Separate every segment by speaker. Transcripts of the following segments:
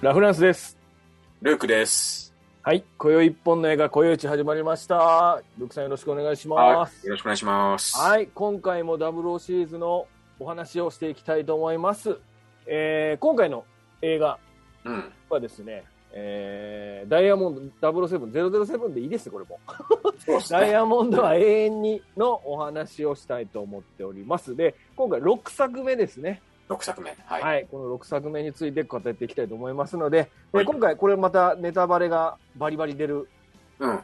Speaker 1: ラフランスです。
Speaker 2: ルークです。
Speaker 1: はい。今宵一本の映画、今宵一始まりました。ルクさんよろしくお願いしま
Speaker 2: はい。
Speaker 1: す。
Speaker 2: よろしくお願いします。
Speaker 1: はい。今回も00シリーズのお話をしていきたいと思います。えー今回の映画
Speaker 2: うん。
Speaker 1: はですね、えーダイヤモンド007、007でいいです、これも。
Speaker 2: そうです
Speaker 1: ダイ
Speaker 2: ね。
Speaker 1: ヤモンドは永遠にのお話をしたいと思っております。で、今回6作目ですね。
Speaker 2: 6作目。はい。
Speaker 1: はい、この6作目について語っていきたいと思いますので、
Speaker 2: は
Speaker 1: で
Speaker 2: い
Speaker 1: 今回これまたネタバレがバリバリ出る
Speaker 2: うん。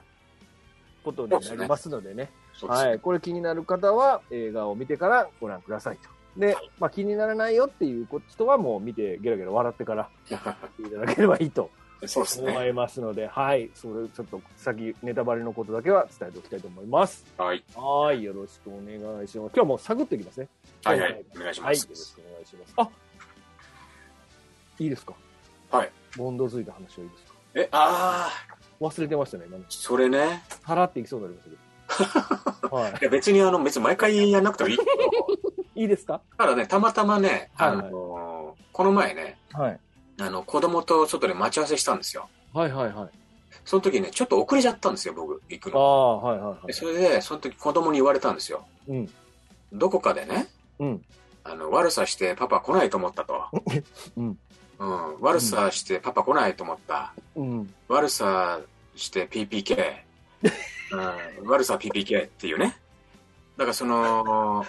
Speaker 1: ことになりますのでね、
Speaker 2: そうですね。
Speaker 1: はい、これ気になる方は映画を見てからご覧くださいと。で、まあ、気にならないよっていう人はもう見てゲラゲラ笑ってから見ていただければいいと
Speaker 2: そうです
Speaker 1: 思
Speaker 2: ね。
Speaker 1: いますので、はい、それちょっと先ネタバレのことだけは伝えておきたいと思います。
Speaker 2: はい。
Speaker 1: はい、よろしくお願いします。今日はもうサクッといきますね。
Speaker 2: はいはい。お願いし
Speaker 1: は
Speaker 2: ま
Speaker 1: い、よろし
Speaker 2: す。
Speaker 1: くお願いします。あいいですか
Speaker 2: はい。
Speaker 1: ボンドづいた話はいいですか
Speaker 2: え、ああ、
Speaker 1: 忘れてましたね、今ね。
Speaker 2: それね。
Speaker 1: さらっていきそうになりました けど。はい
Speaker 2: や別にあの、別に毎回やんなくてもいい けど。
Speaker 1: い。いいですか
Speaker 2: ただね、たまたまね、
Speaker 1: はい
Speaker 2: あ
Speaker 1: はい
Speaker 2: のー、この前ね、
Speaker 1: はい。
Speaker 2: あの、子供と外で待ち合わせしたんですよ。
Speaker 1: はいはいはい。
Speaker 2: その時ね、ちょっと遅れちゃったんですよ、僕、行く
Speaker 1: あ
Speaker 2: の。
Speaker 1: あ、はいはいは
Speaker 2: で
Speaker 1: い。
Speaker 2: それで、その時子供に言われたんですよ。
Speaker 1: うん。
Speaker 2: どこかでね、
Speaker 1: うん。
Speaker 2: あの、悪さしてパパ来ないと思ったと。
Speaker 1: うん。
Speaker 2: うん。悪さしてパパ来ないと思った。
Speaker 1: うん。
Speaker 2: 悪さして PPK、うん、悪さ PPK っていうねだからその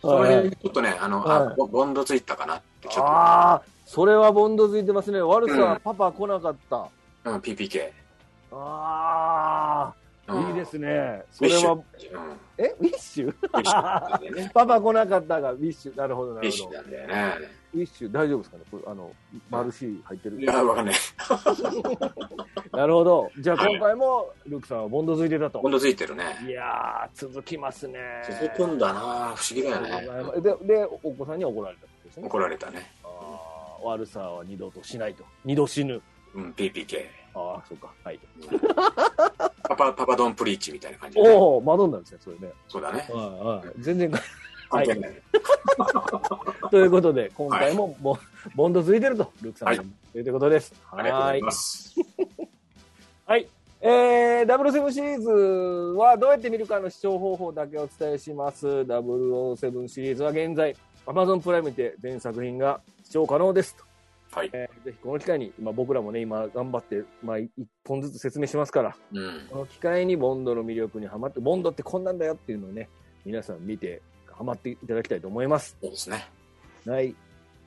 Speaker 2: その辺にちょっとねあの、
Speaker 1: は
Speaker 2: あ
Speaker 1: い
Speaker 2: ボボンドついたかなってちょっ
Speaker 1: ああ、それはボンドづいてますね。悪さ
Speaker 2: う
Speaker 1: は
Speaker 2: ん
Speaker 1: パパ来なかった。
Speaker 2: と、うん、PPK、
Speaker 1: ああ、
Speaker 2: うん、
Speaker 1: いいです
Speaker 2: ね
Speaker 1: ね。そ
Speaker 2: ウィッ
Speaker 1: れ
Speaker 2: シ
Speaker 1: は
Speaker 2: ュ、、うん、ウ
Speaker 1: えウィッシュ
Speaker 2: ィッシュなんだよね
Speaker 1: パパ 来なかったが、ウィッシュ。なるほど、な
Speaker 2: ウィッ
Speaker 1: る
Speaker 2: シ
Speaker 1: ほ
Speaker 2: ュ
Speaker 1: ど
Speaker 2: な。んだよね
Speaker 1: ウィッシュ、大丈夫ですかねこれあの、マルシー入って
Speaker 2: い
Speaker 1: る。
Speaker 2: やわかんない
Speaker 1: なるほど。じゃあ
Speaker 2: はい
Speaker 1: 今回も、ルークさんはボンドづいてたと
Speaker 2: ボ。ンドついてるね
Speaker 1: いやー、続きますね。
Speaker 2: 続くんだな不思議だよね
Speaker 1: でで、お子さんには怒られたんですね。
Speaker 2: 怒られたね、
Speaker 1: あー悪さは二度としないと。二度死ぬ。
Speaker 2: うん、PPK
Speaker 1: ああ、そうか。はい。
Speaker 2: パパパパドンプリーチみたいな感じでね、
Speaker 1: おお、マドンナですね、それね。
Speaker 2: そうだね
Speaker 1: はいはい。全然、は
Speaker 2: 関
Speaker 1: い
Speaker 2: 係ない
Speaker 1: ということで、今回もボ,、ボンドついてると、ルークさん
Speaker 2: はい
Speaker 1: が、ということです。。
Speaker 2: ありがとうございますす
Speaker 1: はい。えー、007シリーズはどうやって見るかの視聴方法だけお伝えします。007シリーズは現在、Amazon プライムにて全作品が視聴可能ですと。
Speaker 2: はい、
Speaker 1: えーぜひこの機会に、今僕らもね、今頑張って、まあ、一本ずつ説明しますから、
Speaker 2: うん、
Speaker 1: この機会にボンドの魅力にはまって、ボンドってこんなんだよっていうのをね、皆さん見て、ハマっていただきたいと思います。
Speaker 2: そうですね
Speaker 1: はい。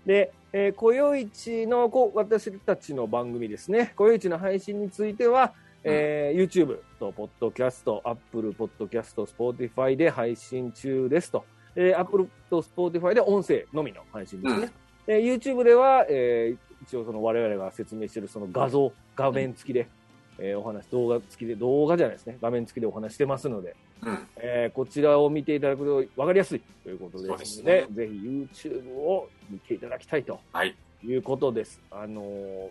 Speaker 1: で、えー、こよいちの、こう、私たちの番組ですね、こよいちの配信については、えー YouTube と、ポッドキャスト、Apple ポッドキャスト、Spotify で配信中ですと。えー、Apple と Spotify で音声のみの配信ですね。えー YouTube では、えー一応その我々が説明しているその画像、画面付きで、えーお話、動画付きで、動画じゃないですね。画面付きでお話してますので、
Speaker 2: うん
Speaker 1: えーこちらを見ていただくと分かりやすいということですので、
Speaker 2: そう
Speaker 1: ぜひ YouTube を見ていただきたいと
Speaker 2: はい
Speaker 1: いうことです。あのー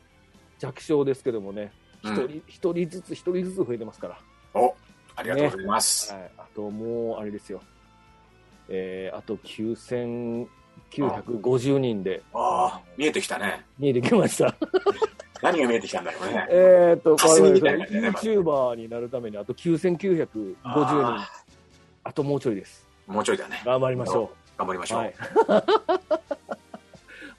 Speaker 1: 弱小ですけどもね、
Speaker 2: う
Speaker 1: 一
Speaker 2: ん
Speaker 1: 人、一人ずつ一人ずつ増えてますから。
Speaker 2: おありがとうございます。
Speaker 1: はい、あともう、あれですよ。えー、あと9950人で
Speaker 2: ああ、見えてきたね。
Speaker 1: 見えてきました。
Speaker 2: 何が見えてきたんだろうね。
Speaker 1: えーっと、こ
Speaker 2: 霞
Speaker 1: れ
Speaker 2: み
Speaker 1: そ
Speaker 2: た
Speaker 1: の
Speaker 2: いなね
Speaker 1: YouTuber になるためにあと9950人。あ
Speaker 2: あ
Speaker 1: ともうちょいです。
Speaker 2: もうちょいだね。
Speaker 1: 頑張りましょ
Speaker 2: 頑張りまし
Speaker 1: う。
Speaker 2: ょう。
Speaker 1: は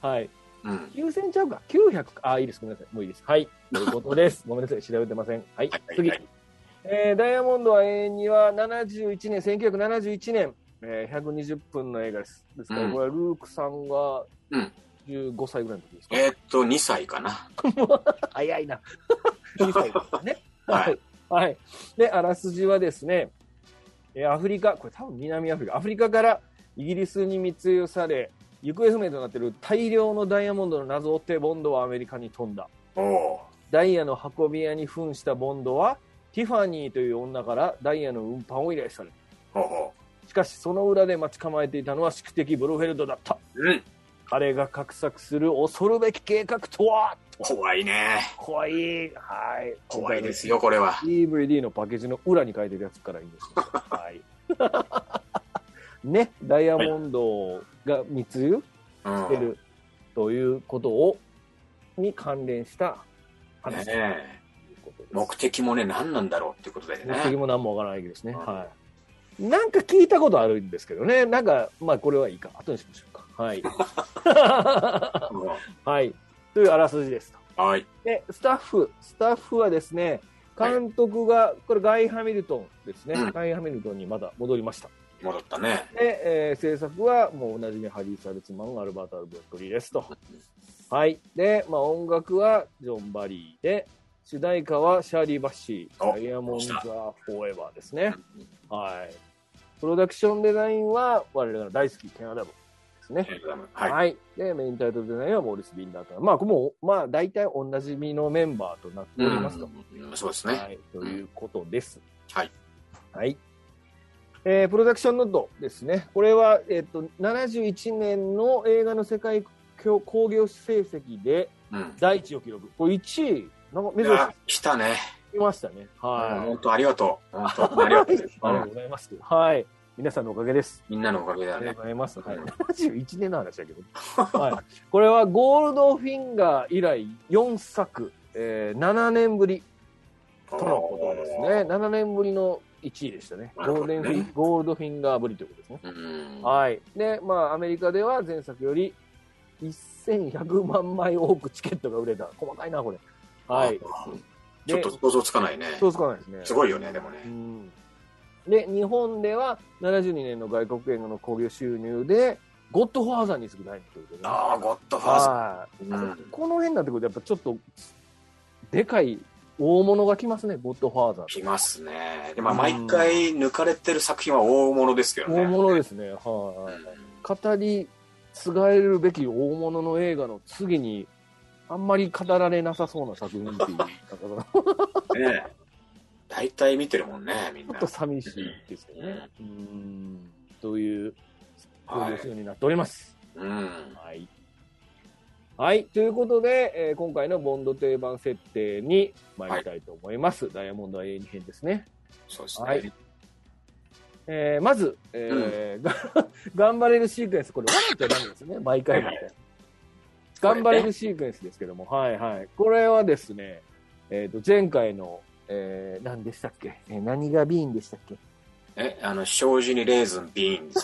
Speaker 1: い。はい。
Speaker 2: うん。
Speaker 1: 9000ちゃうか。900か。あ、いいです。ごめんなさい。もういいです。はい。ということです。ごめんなさい。調べてません。はい。
Speaker 2: はいはい
Speaker 1: 次
Speaker 2: はい。
Speaker 1: えーダイヤモンドは永遠には71年、1971年、えー120分の映画です。ですから、
Speaker 2: うん
Speaker 1: これはルークさんが
Speaker 2: うん
Speaker 1: 15歳ぐらいの時ですか、
Speaker 2: えーっと、2歳かな。
Speaker 1: 早 いな。2歳ですね。
Speaker 2: は
Speaker 1: はいい。はい。で、あらすじはですね、えーアフリカ、これ多分南アフリカ、アフリカからイギリスに密輸され、行方不明となっている大量のダイヤモンドの謎を追って、ボンドはアメリカに飛んだ。
Speaker 2: おお
Speaker 1: ダイヤの運び屋に扮したボンドは、ティファニーという女からダイヤの運搬を依頼される。
Speaker 2: ー。ほうほ
Speaker 1: しかし、その裏で待ち構えていたのは宿敵ブルーフェルドだった。
Speaker 2: う。うん。
Speaker 1: 彼が画策する恐るべき計画とは
Speaker 2: 怖いね。
Speaker 1: 怖い。はい。
Speaker 2: 怖いですよ、これは。
Speaker 1: DVD のパッケージの裏に書いてるやつから引用しました。はい。 ね、ダイヤモンドが密輸
Speaker 2: うん
Speaker 1: してるということをに関連した話という
Speaker 2: ね
Speaker 1: ことです。
Speaker 2: 目的もね、何なんだろうっていうことだよ
Speaker 1: 目的
Speaker 2: ね。
Speaker 1: も何もわからないわけですね。
Speaker 2: うん
Speaker 1: はい。なんか聞いたことあるんですけどね。なんか、まあこれはいいか。後にしましょうか。はい。
Speaker 2: うん
Speaker 1: はい。というあらすじですと。
Speaker 2: はい。
Speaker 1: で、スタッフ、スタッフはですね、
Speaker 2: はい
Speaker 1: 監督が、これガイ・ハミルトンですね。
Speaker 2: うん
Speaker 1: ガイ・ハミルトンにまた戻りました。
Speaker 2: 戻ったね。
Speaker 1: で、えー制作はもうおなじみハリー・サルツマン、アルバート・アルブレットリーですと。はい。で、まあ音楽はジョン・バリーで、主題歌はシャーリー・バッシー、
Speaker 2: お
Speaker 1: ダイヤモンド・ザ・フォーエバーです
Speaker 2: う
Speaker 1: ね。
Speaker 2: ん
Speaker 1: はい。プロダクションデザインは我々が大好き、ケン・アダムですね。
Speaker 2: はい。
Speaker 1: で、メインタイトルデザインはモーリス・ビンダーと。まあ、もう、まあ、大体おなじみのメンバーとなっておりますと。
Speaker 2: うんそうですね。
Speaker 1: はい。ということです。
Speaker 2: はい。
Speaker 1: はい。えープロダクションノットですね。これは、えっ、と、71年の映画の世界興興行成績で
Speaker 2: うん。
Speaker 1: 第1位を記録。これ1位、なんか珍
Speaker 2: い
Speaker 1: し
Speaker 2: や、来たね。
Speaker 1: いましたね。はい。
Speaker 2: 本当ありがとう。本当ありがと
Speaker 1: あ
Speaker 2: う。
Speaker 1: りがとうございます。はい。皆さんのおかげです。
Speaker 2: みんなのおかげ
Speaker 1: あ
Speaker 2: だよ
Speaker 1: りが
Speaker 2: ね
Speaker 1: とう。ございます。はい、
Speaker 2: うん
Speaker 1: 71年の話だけど、はい、これはゴールドフィンガー以来4作、えー7年ぶりとのことですね。7年ぶりの1位でしたね。ゴ
Speaker 2: な
Speaker 1: ー
Speaker 2: る
Speaker 1: ル
Speaker 2: ほど
Speaker 1: デ
Speaker 2: ね
Speaker 1: ンフィンゴールドフィンガーぶりということですね。
Speaker 2: うん。
Speaker 1: はい。で、まあ、アメリカでは前作より1100万枚多くチケットが売れた。細かいな、これ。はい。
Speaker 2: ちょっと
Speaker 1: で、
Speaker 2: 想像つかないね。
Speaker 1: そうつかないですね。
Speaker 2: すごいよね、でもね
Speaker 1: う。んで、日本では72年の外国映画の興行収入で、ゴッドファーザーに次ぐ第2ということで、
Speaker 2: ああ、ゴッドファーザ
Speaker 1: はい、
Speaker 2: ー。うん。
Speaker 1: この辺になってくると、やっぱちょっと、でかい大物が来ますね、ゴッドファーザーって。
Speaker 2: 来ますね。でまあ、毎回抜かれてる作品は大物ですけどね。
Speaker 1: 大物ですね、はい、語り継がれるべき大物の映画の次に、あんまり語られなさそうな作品っていう、なんかそのちょ
Speaker 2: うんねえ大体見てるもんね、みんな
Speaker 1: っと。寂しいですよね。うん、という、興行収入になっております。
Speaker 2: うん。
Speaker 1: はい。はい。ということで、えー今回のボンド定番設定に参りたいと思います。ダイヤモンドは永遠に編ですね。
Speaker 2: そうで
Speaker 1: は
Speaker 2: す
Speaker 1: い
Speaker 2: ね。
Speaker 1: えーまず、えーが 頑張れるシークエンス。これ、わらじゃダメですね。毎回みたいな。頑張れるシークエンスですけども、はいはい。これはですね、えっ、と、前回の、えー何でしたっけ、えー何がビーンでしたっけ
Speaker 2: え、あの、障子にレーズン、ビーンズ。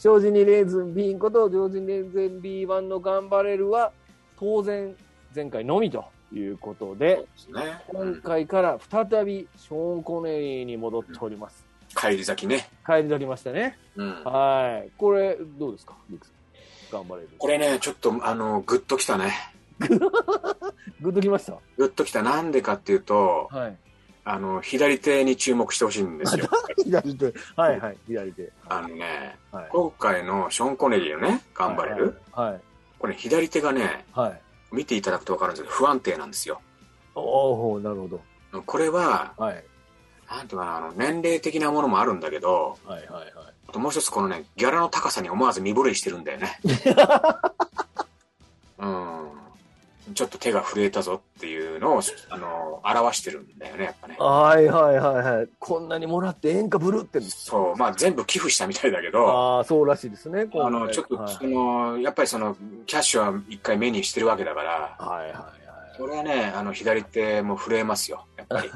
Speaker 1: 常時にレーズンビーンこと、常時にレーズンビー1の頑張れるは、当然、前回のみということで、
Speaker 2: そうですね。う
Speaker 1: 今
Speaker 2: ん
Speaker 1: 回から再びショーン・コネリーに戻っております。
Speaker 2: 帰り咲きね。
Speaker 1: 帰り咲きましたね。
Speaker 2: うん。
Speaker 1: はい。これ、どうですかリクさん。頑張れる。
Speaker 2: これね、ちょっと、あの、グッときたね。
Speaker 1: グッときました。
Speaker 2: グッときた。なんでかっていうと、
Speaker 1: はい。
Speaker 2: あの、左手に注目してほしいんですよ。
Speaker 1: 左手。はいはい。左手。
Speaker 2: あのね、
Speaker 1: はい。
Speaker 2: 今回のショーン・コネリーのね、頑張れる。
Speaker 1: はい。
Speaker 2: これ、左手がね、
Speaker 1: はい。
Speaker 2: 見ていただくと分かるんですけど、不安定なんですよ。
Speaker 1: おおなるほど。
Speaker 2: これは、
Speaker 1: はい。
Speaker 2: なんていうかな、あの、年齢的なものもあるんだけど、
Speaker 1: はいはいはい。
Speaker 2: あともう一つこのね、ギャラの高さに思わず身震いしてるんだよ ね。うん。ちょっと手が震えたぞっていうのを、あの、表してるんだよね、やっぱね。
Speaker 1: はいはいはいはい。こんなにもらって演歌ぶるってんです。
Speaker 2: そう、まあ全部寄付したみたいだけど、
Speaker 1: ああ、そうらしいですね。今回
Speaker 2: あの、ちょっと、
Speaker 1: はい
Speaker 2: その、やっぱりその、キャッシュは一回目にしてるわけだから、
Speaker 1: はいはい
Speaker 2: これはね、あの、左手も震えますよ、やっ ぱり。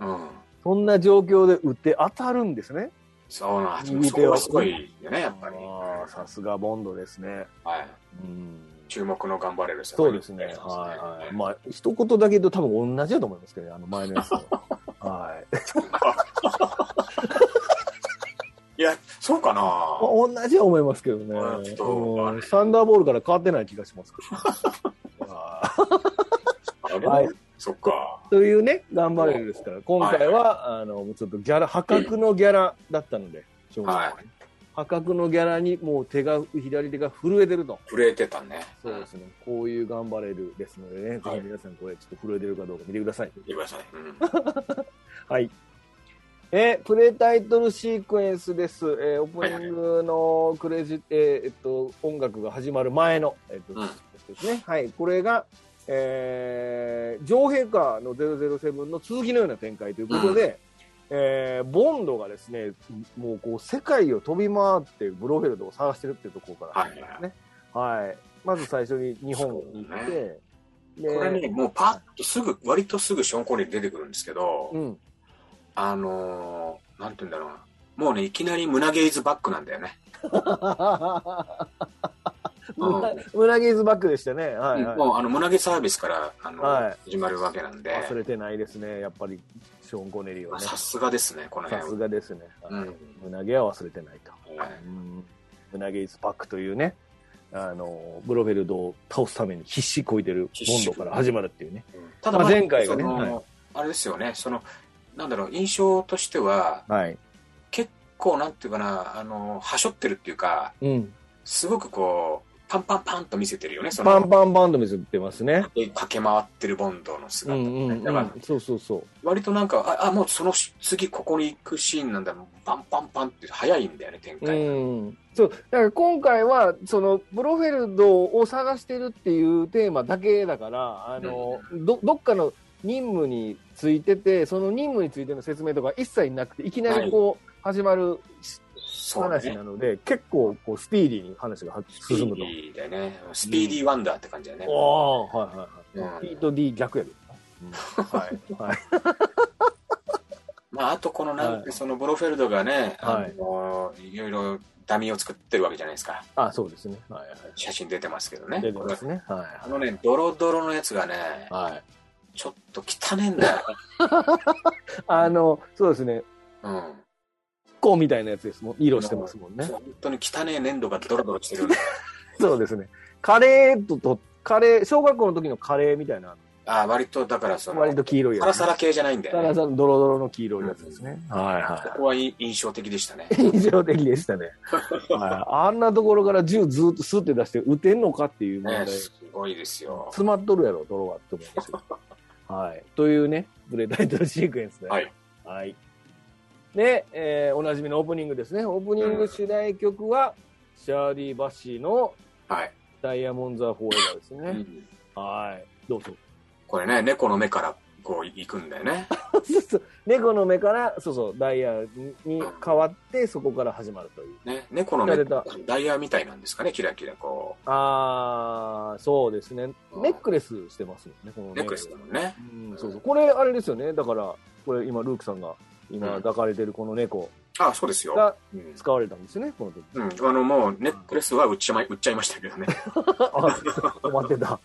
Speaker 2: うん。
Speaker 1: そんな状況で打って当たるんですね。
Speaker 2: そうな、
Speaker 1: 右
Speaker 2: そ
Speaker 1: 手
Speaker 2: こ
Speaker 1: は
Speaker 2: はすごいよね、やっぱり。
Speaker 1: ああ、さすがボンドですね。
Speaker 2: はい。
Speaker 1: うん。
Speaker 2: 注目の頑張れる
Speaker 1: そうですね。はいはい。まあ、一言だけ言うと多分同じだと思いますけどね、あの前のやつ と。はい。
Speaker 2: い。いや、そうかな
Speaker 1: まあ、同じは思いますけどね
Speaker 2: あちょっ。と
Speaker 1: うんサンダーボールから変わってない気がしますけ ど。はい
Speaker 2: あれ
Speaker 1: はい
Speaker 2: そっか。
Speaker 1: というね、頑張れるですから、今回は、あの、ちょっとギャラ、破格のギャラだったので、正直
Speaker 2: はい
Speaker 1: 破格のギャラにもう手が、左手が震えてると。
Speaker 2: 震えてたね。
Speaker 1: そうですね。こういう頑張れるですのでね、
Speaker 2: はい
Speaker 1: ぜひ皆さんこれちょっと震えてるかどうか見てください。
Speaker 2: 言ってください。うん。
Speaker 1: はい。えープレタイトルシークエンスです。えーオープニングのクレジット、えーえっと、音楽が始まる前の、えっと、
Speaker 2: うん
Speaker 1: ですね。はい。これが、えー、女王陛下の007の続きのような展開ということで、えーボンドがですね、もうこう、世界を飛び回ってブロフェルドを探してるっていうところから始まるんですね。はい。まず最初に日本に行って、 で
Speaker 2: これね、もうパッとすぐ、割とすぐショーン・コネリー出てくるんですけど、
Speaker 1: うん。
Speaker 2: あのー、なんて言うんだろうな。もうね、いきなり胸ゲイズバックなんだよね。うん
Speaker 1: 胸ゲーズバックでしたね。はい、はい。
Speaker 2: もうあの胸毛サービスからあの、
Speaker 1: はい
Speaker 2: 始まるわけなんで、
Speaker 1: 忘れてないですね。やっぱり、ショーン・コネリー
Speaker 2: ま
Speaker 1: は
Speaker 2: あ
Speaker 1: ね。
Speaker 2: さすがですね、この
Speaker 1: さす
Speaker 2: 辺
Speaker 1: が
Speaker 2: は。
Speaker 1: ですね。
Speaker 2: うん
Speaker 1: 胸毛は忘れてないと。
Speaker 2: はい
Speaker 1: うん胸毛イズバックというね、あの、ブロフェルドを倒すために必死こいてるボンドから始まるっていうね。
Speaker 2: た
Speaker 1: まあ前回がね
Speaker 2: その
Speaker 1: は
Speaker 2: あれですよね、その、なんだろう、印象としては、
Speaker 1: はい。
Speaker 2: 結構、なんていうかな、あの、はしょってるっていうか、
Speaker 1: うん。
Speaker 2: すごくこう、パンパンパンと見せてるよね、その、
Speaker 1: パンパンバンド見せてますね。
Speaker 2: 駆け回ってるボンドの
Speaker 1: う
Speaker 2: 姿。
Speaker 1: んうん
Speaker 2: だ
Speaker 1: う
Speaker 2: から
Speaker 1: ん。そうそうそう。
Speaker 2: 割となんか、あ、あもうその次ここに行くシーンなんだ、パンパンパンって早いんだよね、展開が。
Speaker 1: うん、そうだから今回はそのブロフェルドを探してるっていうテーマだけだからあの、どどっかの任務についててその任務についての説明とか一切なくていきなりこう始まる
Speaker 2: そう
Speaker 1: 話
Speaker 2: ね
Speaker 1: な。ので、結構こうスピーディーに話が
Speaker 2: スピ
Speaker 1: 進
Speaker 2: ー
Speaker 1: む
Speaker 2: デ
Speaker 1: と。
Speaker 2: ィーだよね。スピーディーワンダーって感じだよね。
Speaker 1: おーはいはい
Speaker 2: うん
Speaker 1: はい。P と D 逆やで。はい はい
Speaker 2: まあ、あとこのなん
Speaker 1: は
Speaker 2: て、そのブロフェルドがね、
Speaker 1: はい
Speaker 2: い、あのいろいろダミーを作ってるわけじゃないですか。
Speaker 1: あそうですね。はいはい
Speaker 2: 写真出てますけどね。
Speaker 1: 出てますね。は
Speaker 2: あのね、ドロドロのやつがね
Speaker 1: い、はい。
Speaker 2: ちょっと汚ねえんだよ。
Speaker 1: あのそうですね。
Speaker 2: うん。
Speaker 1: こうみたいなやつですもん。色してますもんね。
Speaker 2: 本当に汚ねえ粘土がドロドロ してるんだよ。
Speaker 1: そうですね。カレーとと、カレー、小学校の時のカレーみたいな、
Speaker 2: ああ、割と、だからその、
Speaker 1: 割と黄色いやつ、
Speaker 2: サラサラ系じゃないんだ
Speaker 1: サ
Speaker 2: よ
Speaker 1: ラ
Speaker 2: ね。
Speaker 1: サラドロドロの黄色いやつですね。はい
Speaker 2: こ
Speaker 1: は
Speaker 2: こは印象的でしたね。
Speaker 1: い。印象的で したね。はい、あんなところから銃ずっとスって出して撃てんのかっていう問題、
Speaker 2: ね、すごいですよ。
Speaker 1: 詰まっとるやろ、泥はって思うんです よ。はい。というね、プレタイトルシークエンスで。
Speaker 2: はい。
Speaker 1: はい。で、えーおなじみのオープニングですね。オープニング主題曲は、シャーディ・バッシーの
Speaker 2: はい。
Speaker 1: ダイヤモンド・ザ・フォーエバーですね。
Speaker 2: うん
Speaker 1: はい。どうぞ。
Speaker 2: これね、猫の目からこう行くんだよね。
Speaker 1: そうそう猫の目からそうそうダイヤに変わってそこから始まるという
Speaker 2: ね猫の目
Speaker 1: 慣れた、
Speaker 2: ダイヤみたいなんですかね、キラキラこ
Speaker 1: ああそうですね
Speaker 2: うん
Speaker 1: ネックレスしてますもんねこの
Speaker 2: う、ネックレスだもんね。
Speaker 1: うんそうそうこれあれですよねだからこれ今ルークさんが今抱かれてるこの猫
Speaker 2: あ、そうですよ。
Speaker 1: が
Speaker 2: うん
Speaker 1: 使われたんですねこの時
Speaker 2: うん、あのもうネックレスは売っちゃま売っちゃいましたけどね。
Speaker 1: あ止まって た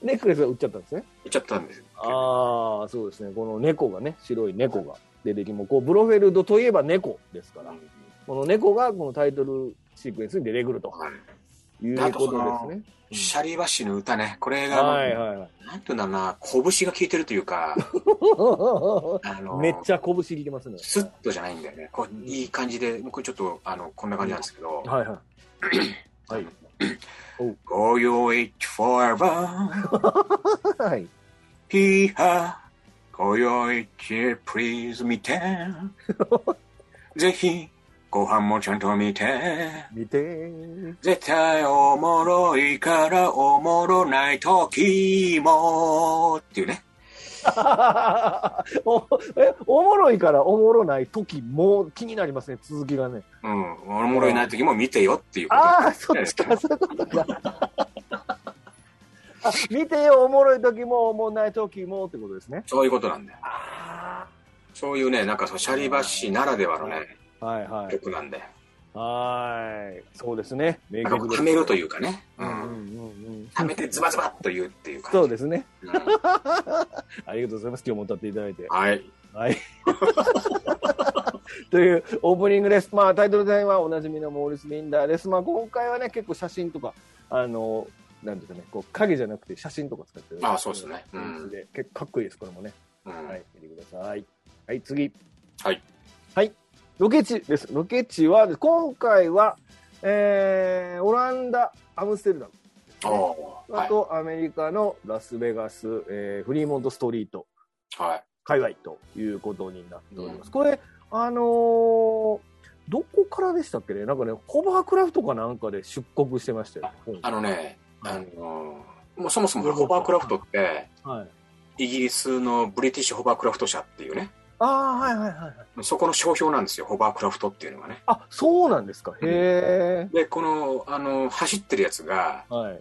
Speaker 1: ネックレスが売っちゃったんですね
Speaker 2: 売っちゃったんですよ。
Speaker 1: ああそうですねこの猫がね白い猫が出てきもうこうブロフェルドといえば猫ですからこの猫がこのタイトルシークエンスに出てくると
Speaker 2: はい
Speaker 1: いうことですね
Speaker 2: シャリバシの歌ね、これが、
Speaker 1: はいはいはい。
Speaker 2: なんていうんだろうな、拳が効いてるというか、あ の
Speaker 1: めっちゃ拳切てますね。
Speaker 2: スッとじゃないんだよね。こういい感じで、もうこれちょっとあのこんな感じなんですけど、
Speaker 1: はいはい。はい。
Speaker 2: Go your way forever,
Speaker 1: はい。
Speaker 2: here, go your way, please 見 て。ぜひ、ご飯もちゃんと見て。
Speaker 1: 見てー。
Speaker 2: 絶対おもろいからおもろない時もっていうね。
Speaker 1: おえおもろいからおもろない時も気になりますね、続きがね。
Speaker 2: うん。おもろいない時も見てよっていうこと。
Speaker 1: ああ、そっち か、そういうことか。あ見てよ、おもろい時もおもろない時もってことですね。
Speaker 2: そういうことなんだよ。
Speaker 1: あ
Speaker 2: そういうね、なんかそのシャリバッシーならではのね、
Speaker 1: あ。はいはい。
Speaker 2: 曲なんだよ。
Speaker 1: はい。そうですね。名
Speaker 2: なんかこう
Speaker 1: です
Speaker 2: 溜めるというかね。う
Speaker 1: うんうん
Speaker 2: ん。
Speaker 1: うんうん。
Speaker 2: 溜めてズバズバっと言うっていう感じ。
Speaker 1: そうですね。
Speaker 2: うん
Speaker 1: ありがとうございます。今日も歌っていただいて。
Speaker 2: はい。
Speaker 1: はい。 というオープニングです。まあタイトル戦はおなじみのモーリス・リンダーです。まあ今回はね、結構写真とか、あの、なんていうかね、こう影じゃなくて写真とか使ってる。
Speaker 2: あそうですねうん
Speaker 1: 感じで結構かっこいいです、これもね。
Speaker 2: うん
Speaker 1: はい、見てください。はい、次。
Speaker 2: はい。
Speaker 1: はい。ロケ地です。ロケ地は、今回は、えー、オランダ、アムステルダム。
Speaker 2: おー
Speaker 1: あ
Speaker 2: はい。
Speaker 1: と、アメリカのラスベガス、えーフリーモントストリート。
Speaker 2: はい。
Speaker 1: 海外ということになっております。
Speaker 2: うん
Speaker 1: これ、あのーどこからでしたっけね、なんかね、コバークラフトかなんかで出国してましたよ。
Speaker 2: あのね、
Speaker 1: はい
Speaker 2: あのーもうそもそもホバークラフトって、
Speaker 1: はい、
Speaker 2: イギリスのブリティッシュホバークラフト社っていうね、
Speaker 1: ああ、はいはいはいはい。
Speaker 2: そこの商標なんですよ、ホバークラフトっていうのがね。
Speaker 1: あ、そうなんですか。へ
Speaker 2: で、この、あの、走ってるやつが、
Speaker 1: え。はい。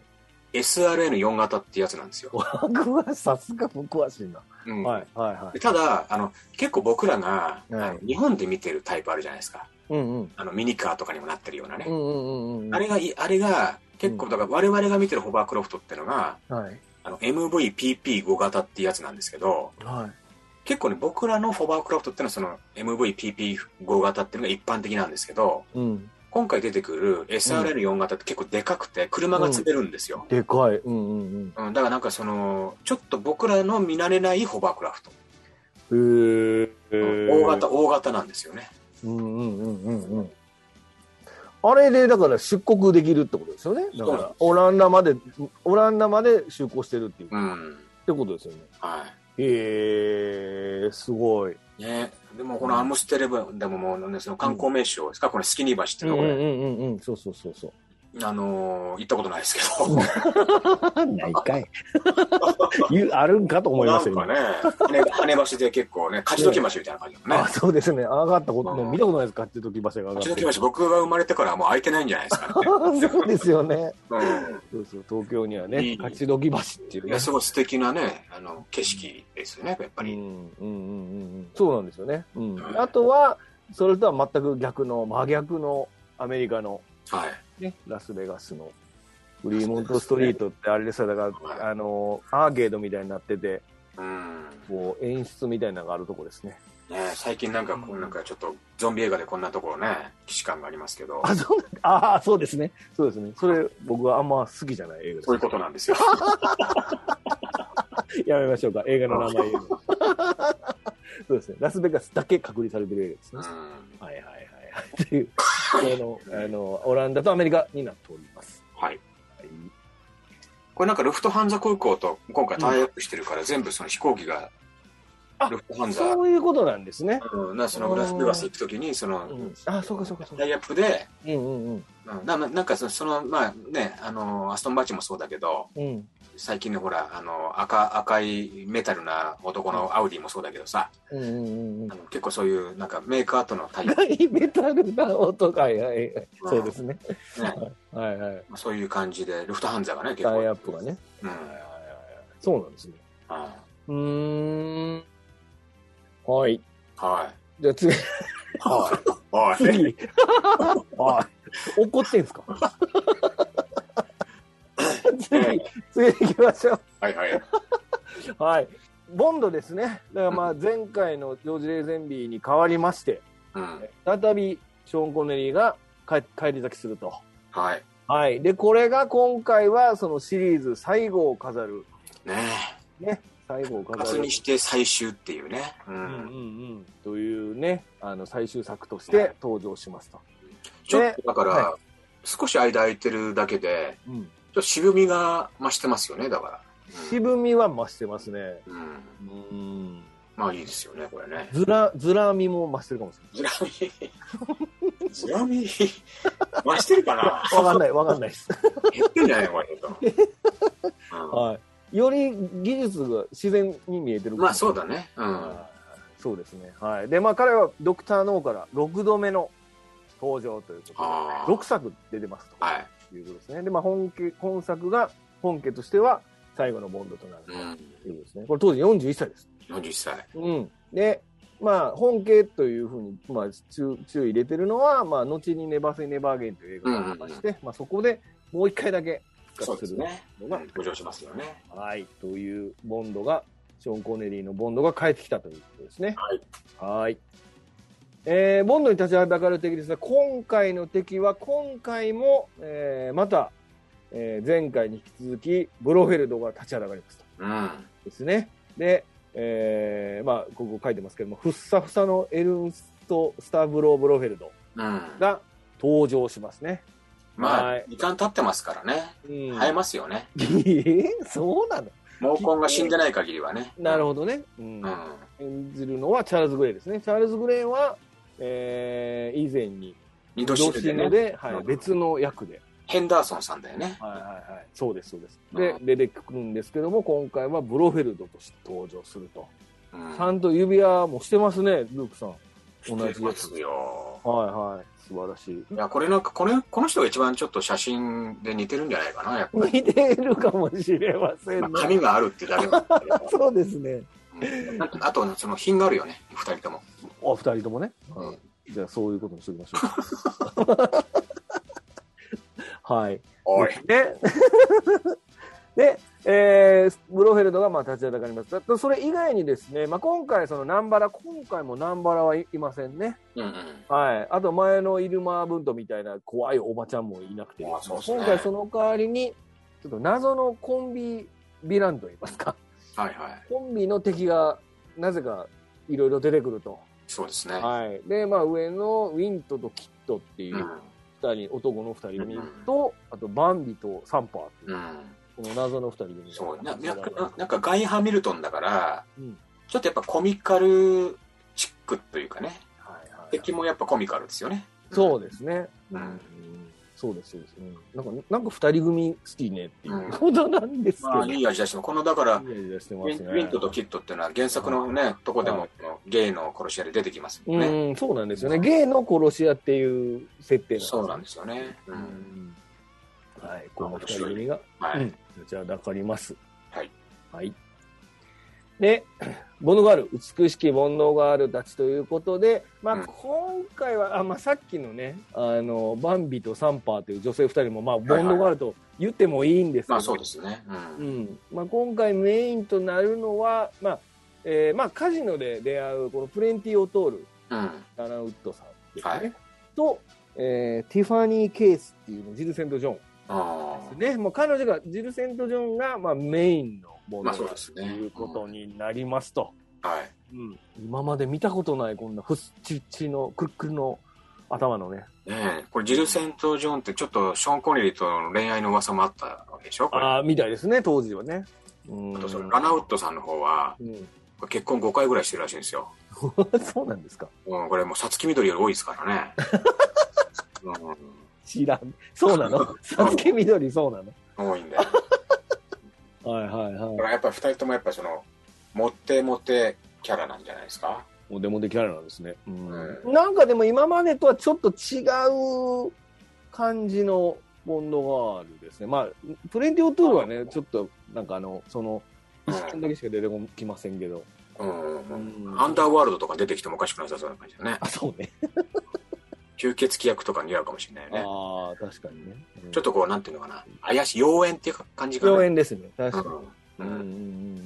Speaker 2: SRN4 型ってやつなんですよ。
Speaker 1: 僕はさすが僕詳しいな。
Speaker 2: うん
Speaker 1: はいはいは
Speaker 2: で
Speaker 1: い。
Speaker 2: ただあの、結構僕らが、
Speaker 1: うん
Speaker 2: あの日本で見てるタイプあるじゃないですか。
Speaker 1: うんうん。
Speaker 2: あのミニカーとかにもなってるようなね。
Speaker 1: うんうんうんうん。
Speaker 2: あれがい、あれが、結構、だから我々が見てるホバークロフトってのが、
Speaker 1: はい。
Speaker 2: あの MVPP5 型ってやつなんですけど、
Speaker 1: はい。
Speaker 2: 結構ね、僕らのホバークロフトってのはその MVPP5 型っていうのが一般的なんですけど、
Speaker 1: うん。
Speaker 2: 今回出てくる SRL4 型って結構でかくて、車が積めるんですよ。
Speaker 1: でかい。うんうん
Speaker 2: うん、だからなんかその、ちょっと僕らの見慣れないホバークラフト。
Speaker 1: うん。へえ。
Speaker 2: 大型、大型なんですよね。
Speaker 1: うんうんうんうんうん。あれでだから出国できるってことですよね。だからオランダまで、オランダまで就航してるっていう、
Speaker 2: う
Speaker 1: っ
Speaker 2: ん。
Speaker 1: てことですよね。
Speaker 2: は
Speaker 1: へえ、すごい。
Speaker 2: い。ね、でもこのアムステルブでももう、ね、その観光名所ですか、このスキニー橋って
Speaker 1: う
Speaker 2: い
Speaker 1: ん
Speaker 2: う
Speaker 1: う
Speaker 2: とこ
Speaker 1: ん
Speaker 2: れ、
Speaker 1: うんうん、そうそうそうそう。
Speaker 2: あのー行ったことないですけど。
Speaker 1: ないかい。 言うあるんかと思いますよ、
Speaker 2: なん
Speaker 1: 今
Speaker 2: かね、羽羽橋で結構ね、勝ち時橋みたいな感じだもん
Speaker 1: あ
Speaker 2: ね。
Speaker 1: そうですね。上がったこと
Speaker 2: う
Speaker 1: も
Speaker 2: ん
Speaker 1: 見たことないですかって時場所が上がっ
Speaker 2: 勝
Speaker 1: て
Speaker 2: ち時橋、僕が生まれてからはもう空いてないんじゃないですかね。
Speaker 1: そうですよね。
Speaker 2: うん
Speaker 1: そうそう、東京にはね、
Speaker 2: いい
Speaker 1: 勝ちどき橋っていう
Speaker 2: い
Speaker 1: ね
Speaker 2: や、。すごい素敵なね、あの、景色ですよね、やっぱ
Speaker 1: うん
Speaker 2: り。
Speaker 1: うんうんうんうんそうなんですよね。うん
Speaker 2: はい
Speaker 1: あとは、それとは全く逆の、真逆のアメリカの、
Speaker 2: はい。
Speaker 1: ね、ラスベガスの、フリーモントストリートってあれですよ、だから、あの、アーケードみたいになってて、
Speaker 2: うん。
Speaker 1: こう、演出みたいなのがあるとこですね。
Speaker 2: ね、最近なんかこうなんかちょっとゾンビ映画でこんなところね既視感がありますけど
Speaker 1: あ、そうなんああ、そうですね。そうですね。それ、僕はあんま好きじゃない映画で
Speaker 2: そういうことな んですよ
Speaker 1: す。やめましょうか。映画の名前言う のそうですね。ラスベガスだけ隔離されてる映画です
Speaker 2: う
Speaker 1: ね
Speaker 2: ん。
Speaker 1: はいはいはいはい。っていう、この、あの、オランダとアメリカになっております。
Speaker 2: はい
Speaker 1: はい
Speaker 2: これなんかルフトハンザ空港と今回タイアップしてるから全部その飛行機が
Speaker 1: あ
Speaker 2: ルフトハンザ
Speaker 1: そういうことなんですね。
Speaker 2: うんなそのラスベガス行くときにそうの
Speaker 1: ん、あ、そうかそうかそう
Speaker 2: タ
Speaker 1: か。
Speaker 2: イアップで
Speaker 1: うんうんうん。
Speaker 2: うんななんかそのそのまあねあのアストンバーチもそうだけど
Speaker 1: うん。
Speaker 2: 最近のほらあの赤赤いメタルな男のアウディもそうだけどさ
Speaker 1: うんうんうんうん
Speaker 2: あ。の結構そういうなんかメーカーとのタイアッ
Speaker 1: 大メタルな音が、はいはいはい。そうですね。
Speaker 2: プね
Speaker 1: はいはい。
Speaker 2: まあそういう感じでルフトハンザがね結構
Speaker 1: タイアップがね。
Speaker 2: うん
Speaker 1: はいはいはいはい。そうなんですね。
Speaker 2: うん
Speaker 1: うーん。はい。
Speaker 2: はい。
Speaker 1: じゃあ次、
Speaker 2: はい。はい。
Speaker 1: 次。 はい。 怒ってんすか次、次行きましょう。
Speaker 2: はいはい。
Speaker 1: はい。ボンドですね。だからまあ 前回のジョージ・レーゼンビーに変わりまして、
Speaker 2: うん。
Speaker 1: 再びショーン・コネリーが帰帰り咲きすると。
Speaker 2: はい。
Speaker 1: はい。で、これが今回はそのシリーズ最後を飾る。
Speaker 2: ね
Speaker 1: ね。最後を
Speaker 2: え。
Speaker 1: 飾
Speaker 2: 数
Speaker 1: る
Speaker 2: に。して最終っていうね。う
Speaker 1: うんうん
Speaker 2: ん。
Speaker 1: うん。というね、あの最終作として登場しますと。
Speaker 2: ちょっとだか
Speaker 1: は
Speaker 2: ら、少し間空いてるだけで、
Speaker 1: うん。
Speaker 2: ちょっと渋みが増してますよね、だから。
Speaker 1: 渋みは増してますね。
Speaker 2: うん。うん
Speaker 1: うん。
Speaker 2: まあいいですよね、こ れね。
Speaker 1: ずら、ずらみも増してるかも しれ
Speaker 2: ずらみ。ずらみ。増してるかな
Speaker 1: ない。わかんない、わかんないです。
Speaker 2: 減ってんじゃないのこれ。うん
Speaker 1: はい。より技術が自然に見えてる。
Speaker 2: まあそうだね。うん。
Speaker 1: はいそうですね。はい。で、まあ彼はドクター・ノーから6度目の登場ということで、
Speaker 2: あー
Speaker 1: 6作出てます
Speaker 2: はい。
Speaker 1: ということですね。で、まあ本家、本作が、本家としては最後のボンドとなる
Speaker 2: うん。
Speaker 1: ということですね。これ当時41歳です。
Speaker 2: 40歳。
Speaker 1: うん。で、まあ本家というふうに、まあ注注意入れてるのは、まあ後にネバーセイ・ネバーゲインという映画がありまして、まあそこでもう一回だけ復
Speaker 2: そう
Speaker 1: 活
Speaker 2: です
Speaker 1: る
Speaker 2: すね。う
Speaker 1: の
Speaker 2: ん
Speaker 1: が
Speaker 2: 登場しますよね。
Speaker 1: はい、というボンドが、ショーン・コネリーのボンドが帰ってきたということですね。
Speaker 2: はい。
Speaker 1: はい。えーボンドに立ちはだかる敵ですが、今回の敵は、今回も、えーまた、えー前回に引き続き、ブロフェルドが立ちはだかりますと。
Speaker 2: うん。
Speaker 1: ですね。で、えーまあ、ここ書いてますけども、ふっさふさのエルント・スタブロー・ブロフェルド
Speaker 2: うん、
Speaker 1: が登場しますね。
Speaker 2: ま
Speaker 1: は
Speaker 2: あ
Speaker 1: い
Speaker 2: 時間経ってますからね
Speaker 1: うん
Speaker 2: 生えますよね
Speaker 1: えーそうなの
Speaker 2: 毛根が死んでない限りはね
Speaker 1: なる
Speaker 2: ほ
Speaker 1: ほどね。うん
Speaker 2: うん、
Speaker 1: 演じるのはチャールズ・グレイですね。チャールズ・グレイは、えー以前に、
Speaker 2: 二度死ぬで
Speaker 1: 同
Speaker 2: ね
Speaker 1: で、はい、別の役で、
Speaker 2: ヘンダーソンさんだよね
Speaker 1: はいはいはい、そうです、そうです。
Speaker 2: う
Speaker 1: で、出てくるんですけども、今回はブロフェルドとして登場するとちゃんと指輪もしてますね、ルークさん。
Speaker 2: 同
Speaker 1: 同
Speaker 2: じ
Speaker 1: じ
Speaker 2: で
Speaker 1: やつ
Speaker 2: す。よ。
Speaker 1: はいはい。素晴らしい。
Speaker 2: いや、これなんか、これ、この人が一番ちょっと写真で似てるんじゃないかな、やっぱ
Speaker 1: 似てるかもしれません
Speaker 2: り。
Speaker 1: ね
Speaker 2: まあ、。髪があるってだけなんだけど
Speaker 1: そうですね。
Speaker 2: うんあとあと、その品があるよね、二人とも。
Speaker 1: お二人ともね。
Speaker 2: うん
Speaker 1: じゃあそういうことにしておきましょ う。はい。
Speaker 2: おい。
Speaker 1: で、 で、えーブロフェルドがまあ立ち上がります。だとそれ以外にですね、まあ、今回、その南原、今回も南原はいいませんね。
Speaker 2: うんうん。
Speaker 1: はい。あと前のイルマー・ブントみたいな怖いおばちゃんもいなくて、
Speaker 2: あそうっすね
Speaker 1: 今回その代わりに、ちょっと謎のコンビヴィランといいますか、
Speaker 2: はいはい。
Speaker 1: コンビの敵がなぜかいろいろ出てくると。
Speaker 2: そうですね。。
Speaker 1: はい。で、まあ上のウィントとキットっていううん二人、男の二人組と、あとバンビとサンパーっていう、
Speaker 2: うん。
Speaker 1: この謎の二人組。
Speaker 2: そうななななんかガイ・ハミルトンだから、
Speaker 1: うん
Speaker 2: ちょっとやっぱコミカルチックというかね
Speaker 1: はいはいはい
Speaker 2: 敵もやっぱコミカルですよね
Speaker 1: そうですね。
Speaker 2: うん
Speaker 1: そうです、そうです。うん、なんか、なんか二人組好きねっていううんことなんですけど。
Speaker 2: まあいい味出してもこのだから
Speaker 1: いい味出して
Speaker 2: ウ
Speaker 1: ます
Speaker 2: ィン
Speaker 1: ね。
Speaker 2: ウィントとキットっていうのは原作のね、とこでも、
Speaker 1: は
Speaker 2: ゲイの殺し屋で出てきますもんね、
Speaker 1: うん、そうなんですよね。ゲイの殺し屋っていう設定なんですね
Speaker 2: そうなんですよね、う
Speaker 1: うんんはい、この二人組が、
Speaker 2: はい
Speaker 1: うんじゃあ、だかります。
Speaker 2: はい。
Speaker 1: はい。で、 煩悩がある、美しき煩悩があるたちということで、まあ、
Speaker 2: うん
Speaker 1: 今回は、あまあ、さっきのね、あの、バンビとサンパーという女性二人も、まあ、
Speaker 2: いはい
Speaker 1: 煩悩があると言ってもいいんですけど、
Speaker 2: まあそうですね、うん
Speaker 1: うんまあ、今回メインとなるのは、まあ、えーまあ、カジノで出会う、このプレンティオトール、
Speaker 2: うん
Speaker 1: ダナウッドさんですね。
Speaker 2: はい
Speaker 1: と、えーティファニー・ケースっていうの、ジル・セント・ジョン
Speaker 2: あ
Speaker 1: ですね。もう彼女が、ジル・セント・ジョンが、まあ、メインのもの
Speaker 2: まあそう
Speaker 1: だ
Speaker 2: です
Speaker 1: と
Speaker 2: ね
Speaker 1: いうことになりますと。
Speaker 2: ーはい
Speaker 1: うん今まで見たことない、こんなふっちっちの、くっくるの頭のね。
Speaker 2: ねえこれジル・セント・ジョーンってちょっとショーン・コネリーとの恋愛の噂もあったわけでしょこれあ
Speaker 1: ああ、みたいですね、当時はね。うん
Speaker 2: とそのラナウッドさんの方は
Speaker 1: うん、
Speaker 2: 結婚5回ぐらいしてるらしいんですよ
Speaker 1: そうなんですか。
Speaker 2: うん、これもう、さつき緑より多いですから ね。
Speaker 1: 知らん。そうな のさつきみどりそうなの
Speaker 2: うん、多いんだよ。
Speaker 1: はいはい
Speaker 2: だか
Speaker 1: は
Speaker 2: らやっぱ二人ともやっぱその、モテモテキャラなんじゃないですか。
Speaker 1: い。もうデモでキャラなんですね。うん
Speaker 2: う
Speaker 1: なんかでも今までとはちょっと違う感じのボンドガールですね。まあ、プレンティオトールはね、ちょっとなんかあの、そ の、一瞬だけしか出てきませんけど。
Speaker 2: うんうん
Speaker 1: う
Speaker 2: うんん。アンダーワールドとか出てきてもおかしくなさそうな感じだね。
Speaker 1: あ、そうね。
Speaker 2: 吸血鬼役とか似合うかもしれないよね。
Speaker 1: ああ、確かにね。うん
Speaker 2: ちょっとこう、なんていうのかな。怪しい、妖艶っていう感じかな。
Speaker 1: 共演ですね。確か
Speaker 2: う
Speaker 1: に。うんう
Speaker 2: ん。
Speaker 1: ん
Speaker 2: う
Speaker 1: うん
Speaker 2: ん
Speaker 1: うん。はいはい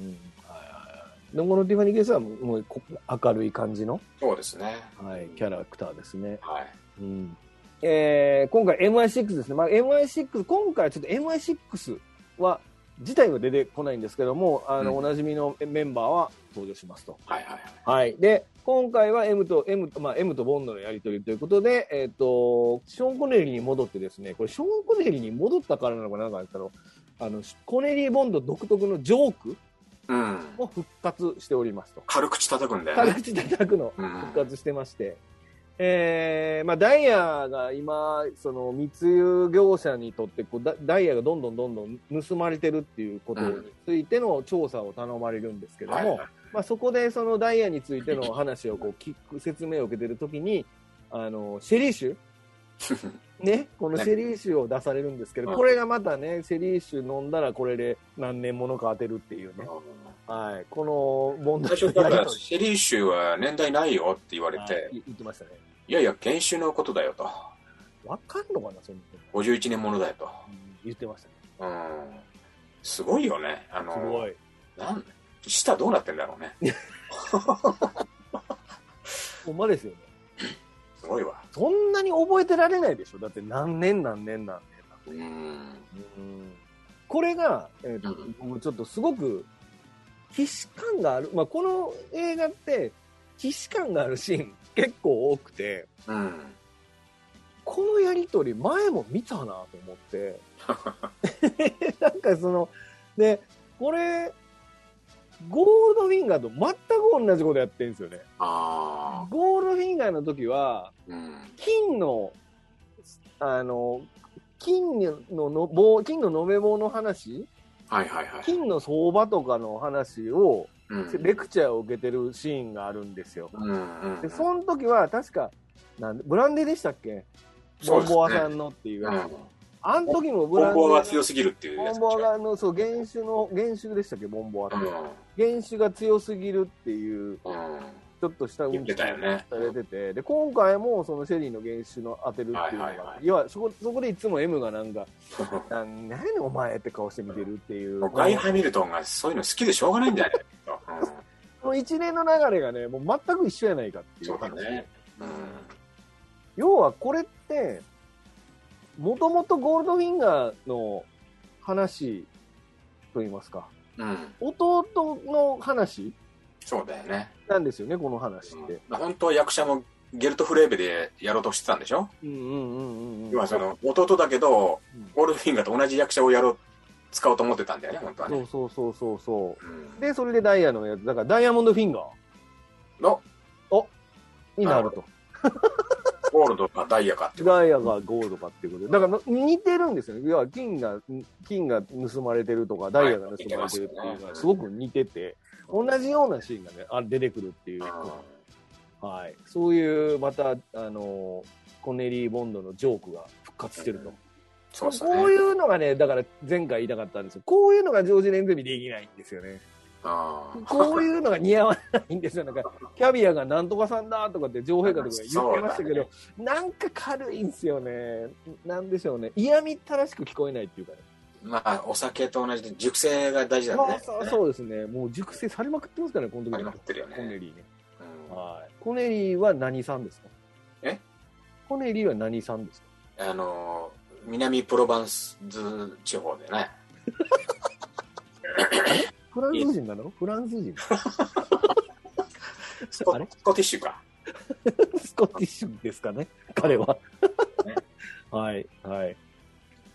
Speaker 1: はい。でもこのティファニー・ケースはもうこ明るい感じの、
Speaker 2: そうですね。
Speaker 1: はい、キャラクターですね。
Speaker 2: はい。
Speaker 1: うんえー今回 MI6 ですね、まあ、MI6 今回はちょっと MI6 は自体は出てこないんですけどもあの、
Speaker 2: うん
Speaker 1: おなじみのメンバーは登場しますと、
Speaker 2: はいはいはい。
Speaker 1: はい、で今回は M と M,、まあ、M とボンドのやり取りということで、えー、とショーン・コネリーに戻ってですねこれショーン・コネリーに戻ったからなのかなんかあったのあのコネリー・ボンド独特のジョーク
Speaker 2: うん。
Speaker 1: も復活しておりますと。
Speaker 2: 軽口叩くんだよ
Speaker 1: た
Speaker 2: ね。
Speaker 1: ち叩くの
Speaker 2: うん。
Speaker 1: 復活してまして、えーまあ、ダイヤが今その密輸業者にとってこうダダイヤがどんどんどんどん盗まれてるっていうことについての調査を頼まれるんですけども、
Speaker 2: はいはい
Speaker 1: まあ、そこでそのダイヤについての話をこう 聞く説明を受けてる時にあのシェリーシュね、このシェリー酒を出されるんですけど、
Speaker 2: うん
Speaker 1: これがまたね、シェリー酒飲んだらこれで何年ものか当てるっていうね、はい、この問
Speaker 2: 最
Speaker 1: 題
Speaker 2: 初だから、シェリー州は年代ないよって言われて、
Speaker 1: 言ってましたね。
Speaker 2: いやいや、研修のことだよと。
Speaker 1: わかんのかな、そんなこと
Speaker 2: 51年ものだよと。
Speaker 1: 言ってましたね。
Speaker 2: うん。すごいよね。あの、
Speaker 1: すごい。
Speaker 2: なん舌どうなってんだろうね。
Speaker 1: ほんまですよね。
Speaker 2: すごいわ。
Speaker 1: そんなに覚えてられないでしょだって何年何年何
Speaker 2: うん。
Speaker 1: 年。うん、これが、えーと
Speaker 2: うん
Speaker 1: 僕ちょっとすごく、既視感がある。まあ、この映画って、既視感があるシーン結構多くて、
Speaker 2: うん。
Speaker 1: このやりとり前も見たなと思 って。なんかその、で、これ、ゴールドフィンガーと全く同じことやってるんですよね。
Speaker 2: ああ。
Speaker 1: ゴールドフィンガーの時は、
Speaker 2: うん。
Speaker 1: 金の、あの、金のの棒、金の延べ棒の話、
Speaker 2: はいはいはい。
Speaker 1: 金の相場とかの話を、
Speaker 2: うん
Speaker 1: レクチャーを受けてるシーンがあるんですよ。
Speaker 2: うんうんうん
Speaker 1: で、その時は確か、なんでブランデーでしたっけボンボアさんのっていう
Speaker 2: う
Speaker 1: や
Speaker 2: ん
Speaker 1: つ。あの時もブ
Speaker 2: ボ
Speaker 1: ラ
Speaker 2: ン
Speaker 1: ンデ
Speaker 2: ボアが
Speaker 1: ー
Speaker 2: 強すぎるっていう
Speaker 1: ボン
Speaker 2: やつでし
Speaker 1: ボ
Speaker 2: ょ
Speaker 1: アが、あの、そう、原酒の、原酒でしたっけ、ボンボアさん。原酒が強すぎるっていう、
Speaker 2: うんうん
Speaker 1: ちょっとした
Speaker 2: 言ってたよね
Speaker 1: されてて、で、今回もそのシェリーの原酒の当てるっていうのが、
Speaker 2: はいいはいはい
Speaker 1: や、そこ、そこでいつも M がなんか、なん何お前って顔して見てるっていう。
Speaker 2: もうガイ・ハミルトンがそういうの好きでしょうがないんだよね。う
Speaker 1: この一連の流れがね、もう全く一緒やないかって
Speaker 2: ん
Speaker 1: いう。
Speaker 2: そうだね。うん
Speaker 1: 要はこれって、もともとゴールドフィンガーの話と言いますか、
Speaker 2: うん。
Speaker 1: 弟の話
Speaker 2: そうだよね。
Speaker 1: なんですよね、この話って。
Speaker 2: うん本当は役者もゲルト・フレーベでやろうとしてたんでしょ
Speaker 1: うんうんうんうん
Speaker 2: 要
Speaker 1: う
Speaker 2: は
Speaker 1: ん。
Speaker 2: その弟だけど
Speaker 1: うん、
Speaker 2: ゴールドフィンガーと同じ役者をやろう、使おうと思ってたんだよね、本当は
Speaker 1: そ
Speaker 2: ね。
Speaker 1: うそうそうそうそうう。
Speaker 2: ん
Speaker 1: で、それでダイヤのやつ、だからダイヤモンドフィンガー
Speaker 2: の
Speaker 1: になると。
Speaker 2: ゴールドかダイヤかっていう。
Speaker 1: ダイヤがゴールドかっていうことで。だから似てるんですよね。要は金が、金が盗まれてるとか、ダイヤが盗まれてるっていうのがすごく似てて、同じようなシーンがね、あ出てくるっていうう。
Speaker 2: ん
Speaker 1: はい、そういうまた、あのコネリー・ボンドのジョークが復活してると、
Speaker 2: そうです
Speaker 1: こうい
Speaker 2: ね。
Speaker 1: うのがねだから前回言いたかったんですよこういうのがジョージ・レンゼミできないんですよね
Speaker 2: あー
Speaker 1: こういうのが似合わないんですよなんかキャビアがなんとかさんだとかって女王陛下とか言ってましたけど、なんか軽いんですよねなんでしょうね嫌みったらしく聞こえないっていうかね
Speaker 2: まあ、お酒と同じで熟成が大事なんだ
Speaker 1: そうそう
Speaker 2: ね。
Speaker 1: そうですねもう熟成されまくってますからねこの時
Speaker 2: され
Speaker 1: の
Speaker 2: まくってるよね
Speaker 1: コネリーね、
Speaker 2: うん
Speaker 1: はい、コネリーは何さんですか
Speaker 2: え
Speaker 1: コネリーは何さんですか
Speaker 2: あのー南プロバンス地方でね、
Speaker 1: フランス人なのフランス人
Speaker 2: スコ
Speaker 1: あれ
Speaker 2: スコティッシュか。
Speaker 1: スコティッシュですかね彼は
Speaker 2: ね。
Speaker 1: はい、はい。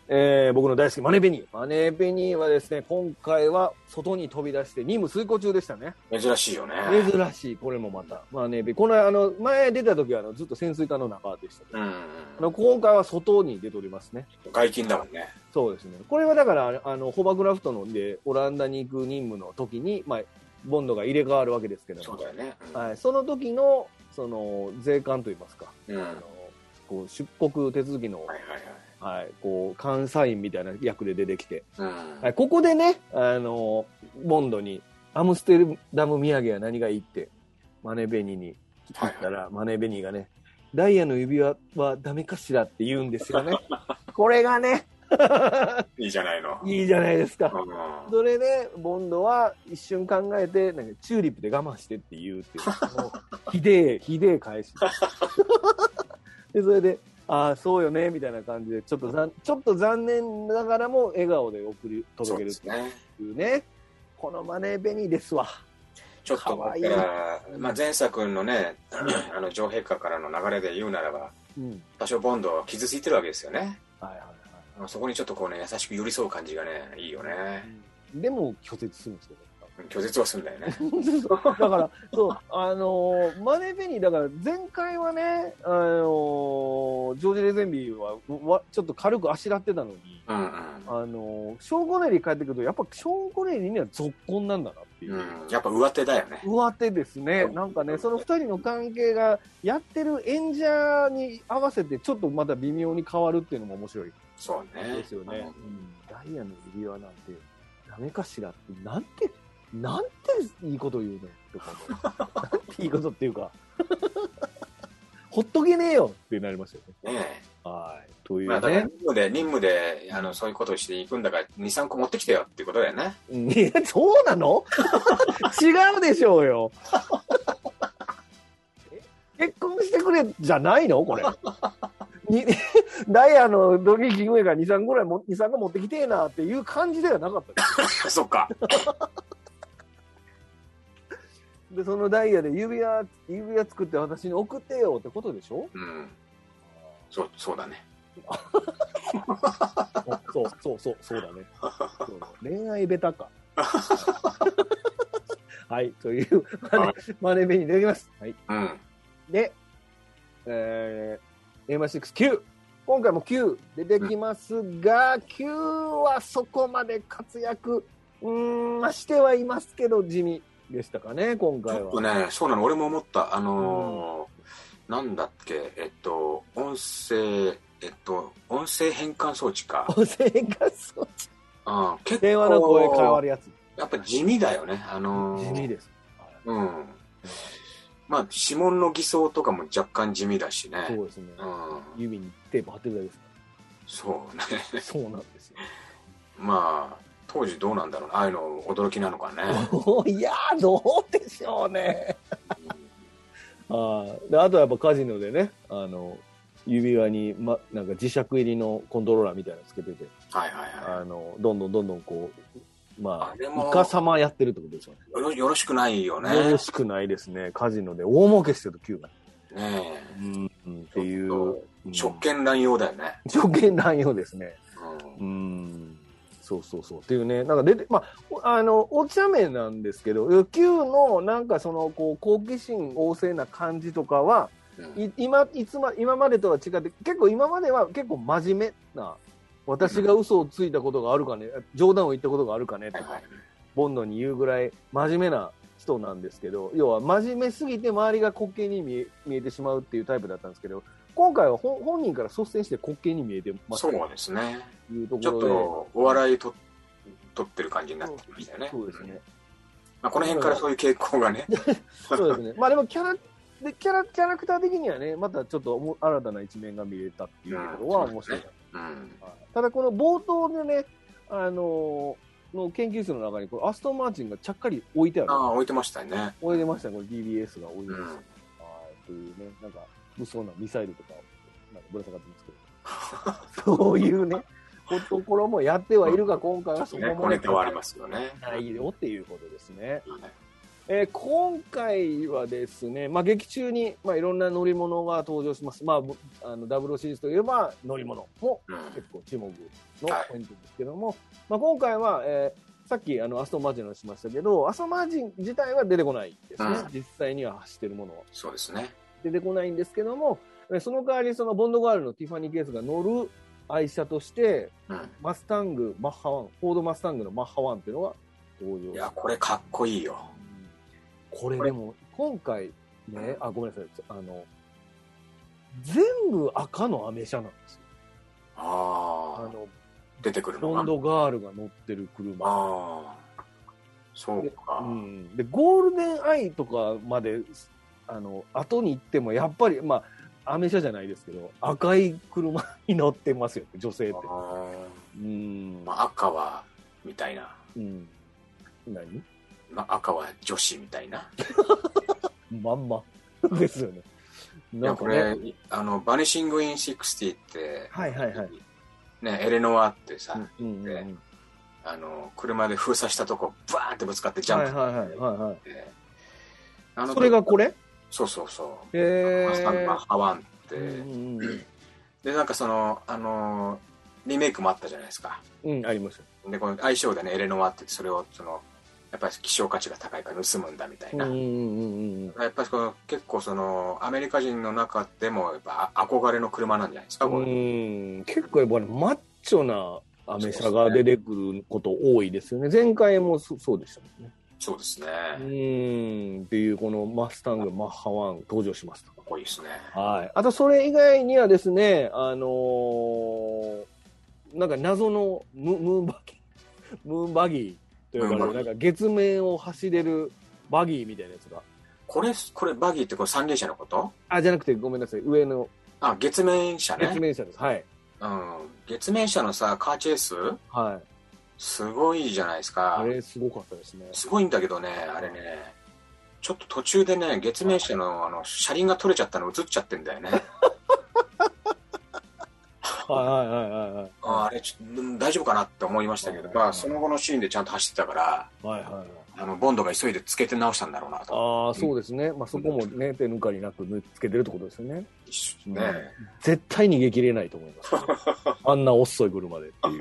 Speaker 1: えー僕の大好き、マネペニー。マネペニーはですね、今回は外に飛び出して任務遂行中でしたね。
Speaker 2: 珍しいよね。
Speaker 1: 珍しい、これもまた。マネペニー。この、あの、前出た時はあのずっと潜水艦の中でしたけど、
Speaker 2: うん
Speaker 1: あの今回は外に出ておりますね。
Speaker 2: 外勤だもんね。
Speaker 1: そうですね。これはだから、あの、ホバークラフトので、オランダに行く任務の時に、まあ、ボンドが入れ替わるわけですけども
Speaker 2: そうだよね。
Speaker 1: はい、その時のその税関といいますか、
Speaker 2: うん。うん
Speaker 1: あ
Speaker 2: はい
Speaker 1: のこう出国手続きの、
Speaker 2: はい
Speaker 1: はい、こう監査員みたいな役で出てきて、
Speaker 2: はい。
Speaker 1: はい、ここでねあのボンドにアムステルダム土産は何がいいってマネベニに言ったら、マネベニがねダイヤの指輪はダメかしらって言うんですよねこれがね
Speaker 2: うん。いいじゃないの。
Speaker 1: いいじゃないですか
Speaker 2: うん
Speaker 1: それでボンドは一瞬考えてなんかチューリップで我慢してって言うっていうもうひでえひでえ返し でそれでああそうよねみたいな感じでちょっとざんちょっと残念ながらも笑顔で送り
Speaker 2: そ
Speaker 1: 届け
Speaker 2: う
Speaker 1: る
Speaker 2: で
Speaker 1: っ
Speaker 2: すね。
Speaker 1: ていうねこのマネーベニーですわ
Speaker 2: ちょっと
Speaker 1: かわいい
Speaker 2: だから、まあ、前作のね、 あの女王陛下からの流れで言うならば、
Speaker 1: うん
Speaker 2: 多少ボンドは傷ついてるわけですよね。
Speaker 1: はいはいは
Speaker 2: まあそこにちょっとこうね、優しく寄り添う感じがね、いいよ
Speaker 1: い、
Speaker 2: ね。
Speaker 1: でも拒絶するんですけど
Speaker 2: 拒絶はするんだよね。
Speaker 1: だから、 そう、あのーマネベニー、だから前回はね、あのージョージ・レゼンビーはわちょっと軽くあしらってたのに、
Speaker 2: うん
Speaker 1: あのーショーン・コネリー帰ってくると、やっぱショーン・コネリーには続婚なんだなっていうう。
Speaker 2: ん。うん。やっぱ上手だよね。
Speaker 1: 上手ですね。なんかね、その二人の関係が、やってる演者に合わせて、ちょっとまた微妙に変わるっていうのも面白い
Speaker 2: そうね。
Speaker 1: ですよね。
Speaker 2: う
Speaker 1: うんんダイヤの指輪なんて、ダメかしらって、なんて、なんていいこと言うのとか思 うなんていいことっていうか、 ほっとけねえよってなりますよね。
Speaker 2: ねえ。
Speaker 1: はい。とい
Speaker 2: まあ、
Speaker 1: う
Speaker 2: だから
Speaker 1: ね
Speaker 2: 任。務で、任務で、あの、そういうことをしていくんだから、2、3個持ってきてよっていうことだよね。
Speaker 1: うんいや、 そうなの違うでしょうよ。え結婚してくれじゃないのこれ。にダイヤのドリーキングウェイから2、3ぐらいも、2、3個持ってきてえなっていう感じではなかった。
Speaker 2: そっか。
Speaker 1: で、そのダイヤで指輪、指輪作って私に送ってよってことでしょ
Speaker 2: うん。そう、そうだね。
Speaker 1: あそうそうそう、そうだね。そうだ恋愛ベタか。はい、という、マネ
Speaker 2: は、
Speaker 1: マネベにできます。はい。
Speaker 2: うん。
Speaker 1: で、えー、エマ6、9。今回も9出てきますが、9はそこまで活躍、うーん、まあしてはいますけど、地味。でしたかね、今
Speaker 2: ち
Speaker 1: 回
Speaker 2: ょっと
Speaker 1: は。
Speaker 2: ね、そうなの、俺も思った。あのーなんだっけ、えっと、音声、えっと、音声変換装置か。
Speaker 1: 音声がそう
Speaker 2: うん、結構
Speaker 1: 電話の声変わるやつ。
Speaker 2: やっぱ地味だよね。あの
Speaker 1: 地
Speaker 2: ー
Speaker 1: 味です。
Speaker 2: うん。まあ、指紋の偽装とかも若干地味だしね。
Speaker 1: そうですね。
Speaker 2: うん、
Speaker 1: 指にテープ貼ってるだけですか
Speaker 2: そうね。
Speaker 1: ら。そうなんですよ。
Speaker 2: まあ、当時どうなんだろうな。ああいうの驚きなのかね。
Speaker 1: おいやー、どうでしょうね。
Speaker 2: うん
Speaker 1: ああ、であとはやっぱカジノでね、あの、指輪に、ま、なんか磁石入りのコントローラーみたいなのつけてて、
Speaker 2: はいはいは
Speaker 1: あの、どんどんどんどんこう、ま
Speaker 2: あれ
Speaker 1: あ、
Speaker 2: も
Speaker 1: イカ様やってるってことですよね。
Speaker 2: い。よろよろしくないよね。
Speaker 1: よろしくないですね。カジノで大儲けしてる9が。
Speaker 2: ね
Speaker 1: うん、ってい
Speaker 2: ちょ
Speaker 1: う。
Speaker 2: え。職権乱用だよね。
Speaker 1: うん。職権乱用ですね。
Speaker 2: うん
Speaker 1: うん。そうそうそう。っていうね、なんか出て、まあお、あの、お茶目なんですけど、9のなんかその、こう、好奇心旺盛な感じとかは、
Speaker 2: うん
Speaker 1: い今いつま今までとは違って結構今までは結構真面目な私が嘘をついたことがあるかね冗談を言ったことがあるかねと
Speaker 2: はい
Speaker 1: か、
Speaker 2: はい
Speaker 1: ボンドに言うぐらい真面目な人なんですけど要は真面目すぎて周りが滑稽に見え見えてしまうっていうタイプだったんですけど今回は本本人から率先して滑稽に見えてます
Speaker 2: そ
Speaker 1: と
Speaker 2: うですね。
Speaker 1: いうとこ
Speaker 2: ちょ
Speaker 1: ろ
Speaker 2: っ
Speaker 1: で。
Speaker 2: とお笑いと取ってる感じになってきましたよね。
Speaker 1: そうです ね。
Speaker 2: まあ、この辺からそういう傾向がね。
Speaker 1: そうですね。まあでもキャラ、でキャラ、キャラクター的にはね、またちょっとおも新たな一面が見れたっていうところは面白いな
Speaker 2: うん。
Speaker 1: ただこの冒頭でね、あのーの研究室の中にこれアストンマーチンがちゃっかり置いてある
Speaker 2: あ。あ、置いてましたね。
Speaker 1: 置いてましたね、これ DBS が置いてま
Speaker 2: う
Speaker 1: した、
Speaker 2: ん
Speaker 1: はい。というね、なんか、物騒なミサイルとか、なんかぶら下がってますけど。 そういうね、ところもやってはいるが、今回はそこ
Speaker 2: ね、
Speaker 1: も
Speaker 2: 小ネ
Speaker 1: ね、
Speaker 2: タはありますよね。
Speaker 1: ないよっていうことですね。
Speaker 2: はい
Speaker 1: えー今回はですね、まあ、劇中に、まあ、いろんな乗り物が登場します。まあぶ、あの、ダブルシリーズといえば乗り物も
Speaker 2: うん。
Speaker 1: 結構注目のポ
Speaker 2: はい
Speaker 1: イントですけども、まあ、今回は、えーさっきあのアストンマーチンの話しましたけど、アストンマーチン自体は出てこないですね、
Speaker 2: うん
Speaker 1: 実際には走ってるものは
Speaker 2: そうですね。
Speaker 1: 出てこないんですけども、えーその代わりそのボンドガールのティファニー・ケースが乗る愛車として、
Speaker 2: うん。
Speaker 1: マスタング、マッハワン、フォードマスタングのマッハワンっていうのが登場
Speaker 2: いや、これかっこいいよ。
Speaker 1: これでも、今回ね、あ、ごめんなさい、あの、全部赤のアメ車なんですよ。あ
Speaker 2: ああ、
Speaker 1: の、
Speaker 2: 出てくるの
Speaker 1: ボ
Speaker 2: が
Speaker 1: ン。ドガールが乗ってる車。
Speaker 2: ああ、そうか
Speaker 1: う。ん、でゴールデンアイとかまであの後に行ってもやっぱりまあアメ車じゃないですけど赤い車に乗ってますよ女性って
Speaker 2: あー
Speaker 1: うん
Speaker 2: まあ、赤は、みたいな。
Speaker 1: うん何
Speaker 2: まあ、赤は女子みたいな。
Speaker 1: まんま ですよね
Speaker 2: い
Speaker 1: な
Speaker 2: や
Speaker 1: んか
Speaker 2: こ
Speaker 1: ね
Speaker 2: れ、あの、バニシング・イン・60って、
Speaker 1: はいはいはい、
Speaker 2: ね、エレノアってさ、
Speaker 1: うんうんうんうん
Speaker 2: あの、車で封鎖したとこ、バーンってぶつかってジャンプ
Speaker 1: はいはいはいはいはい
Speaker 2: って、あの
Speaker 1: それがこれ
Speaker 2: そうそうそう。
Speaker 1: え
Speaker 2: マスタンが
Speaker 1: ー
Speaker 2: ハワンって、
Speaker 1: うんうん
Speaker 2: で、なんかその、あの、リメイクもあったじゃないですか。
Speaker 1: うん、うん、ありまし
Speaker 2: で、この相性でね、エレノアってそれを、その、やっぱり希少価値が高いから盗むんだみたい
Speaker 1: た
Speaker 2: な。
Speaker 1: うんうんうんうん
Speaker 2: やっぱりこの結構そのアメリカ人の中でもやっぱあ憧れの車なんじゃないですか、こ
Speaker 1: う
Speaker 2: れ
Speaker 1: ん結構やっぱりマッチョなアメ車が出てくること多いですよね。前回もそそうでしたもんね。
Speaker 2: そうですね、
Speaker 1: う
Speaker 2: かっ
Speaker 1: んっていうこのマスタング、マッハワン登場しました。
Speaker 2: こいいですね
Speaker 1: はい。あとそれ以外にはですね、あのーなんか謎のムムーンバギー、 ムーンバギーと呼ば
Speaker 2: ム
Speaker 1: れ
Speaker 2: ーン
Speaker 1: る、な
Speaker 2: バギ
Speaker 1: んか月面を走れるバギーみたいなやつが。
Speaker 2: これこれバギーってこれ三輪車のこと
Speaker 1: あ、じゃなくてごめんなさい、上の
Speaker 2: あ月面車ね
Speaker 1: 月面車です。はい。
Speaker 2: うん、月面車のさカーチェイス
Speaker 1: はい。
Speaker 2: すごいじゃないですか
Speaker 1: あれすごかったですね。
Speaker 2: すごいんだけどねあれねちょっと途中でね月面車のあの車輪が取れちゃったの映っちゃってんだよね
Speaker 1: はいはいはいはい。
Speaker 2: ああれちょうん大丈夫かなって思いましたけど、まあ、その後のシーンでちゃんと走ってたから
Speaker 1: はいはいはい。
Speaker 2: あのボンドが急いでつけて直したんだろうなと
Speaker 1: ああ、そうですね。まあ、そこもね、手抜かりなく塗っつけてるってことですよね。
Speaker 2: 一緒ね
Speaker 1: 絶対逃げ切れないと思い ます。あんな遅い車でっていう。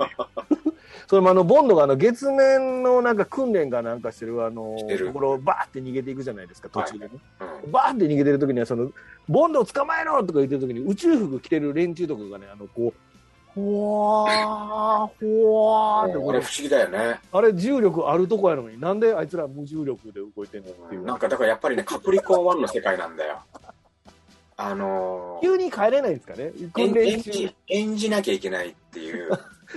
Speaker 1: それもあの、ボンドがあの、月面のなんか訓練かなんかしてるあの
Speaker 2: して、る
Speaker 1: ところをバーって逃げていくじゃないですか、途中でね。
Speaker 2: うん
Speaker 1: バーって逃げてる時には、その、ボンドを捕まえろとか言ってる時に、宇宙服着てる連中とかがね、あの、こう、ほわー、ほわーってこ
Speaker 2: これ
Speaker 1: れ
Speaker 2: 不、思議だよね。
Speaker 1: あれ重力あるとこやのに、なんであいつら無重力で動いてんのっていう。
Speaker 2: なんかだからやっぱりね、カプリコ1の世界なんだよ。あのー
Speaker 1: 急に帰れないんですかね訓
Speaker 2: 演
Speaker 1: 練
Speaker 2: 演
Speaker 1: 中。い
Speaker 2: じ、演じなきゃいけないっ ていう。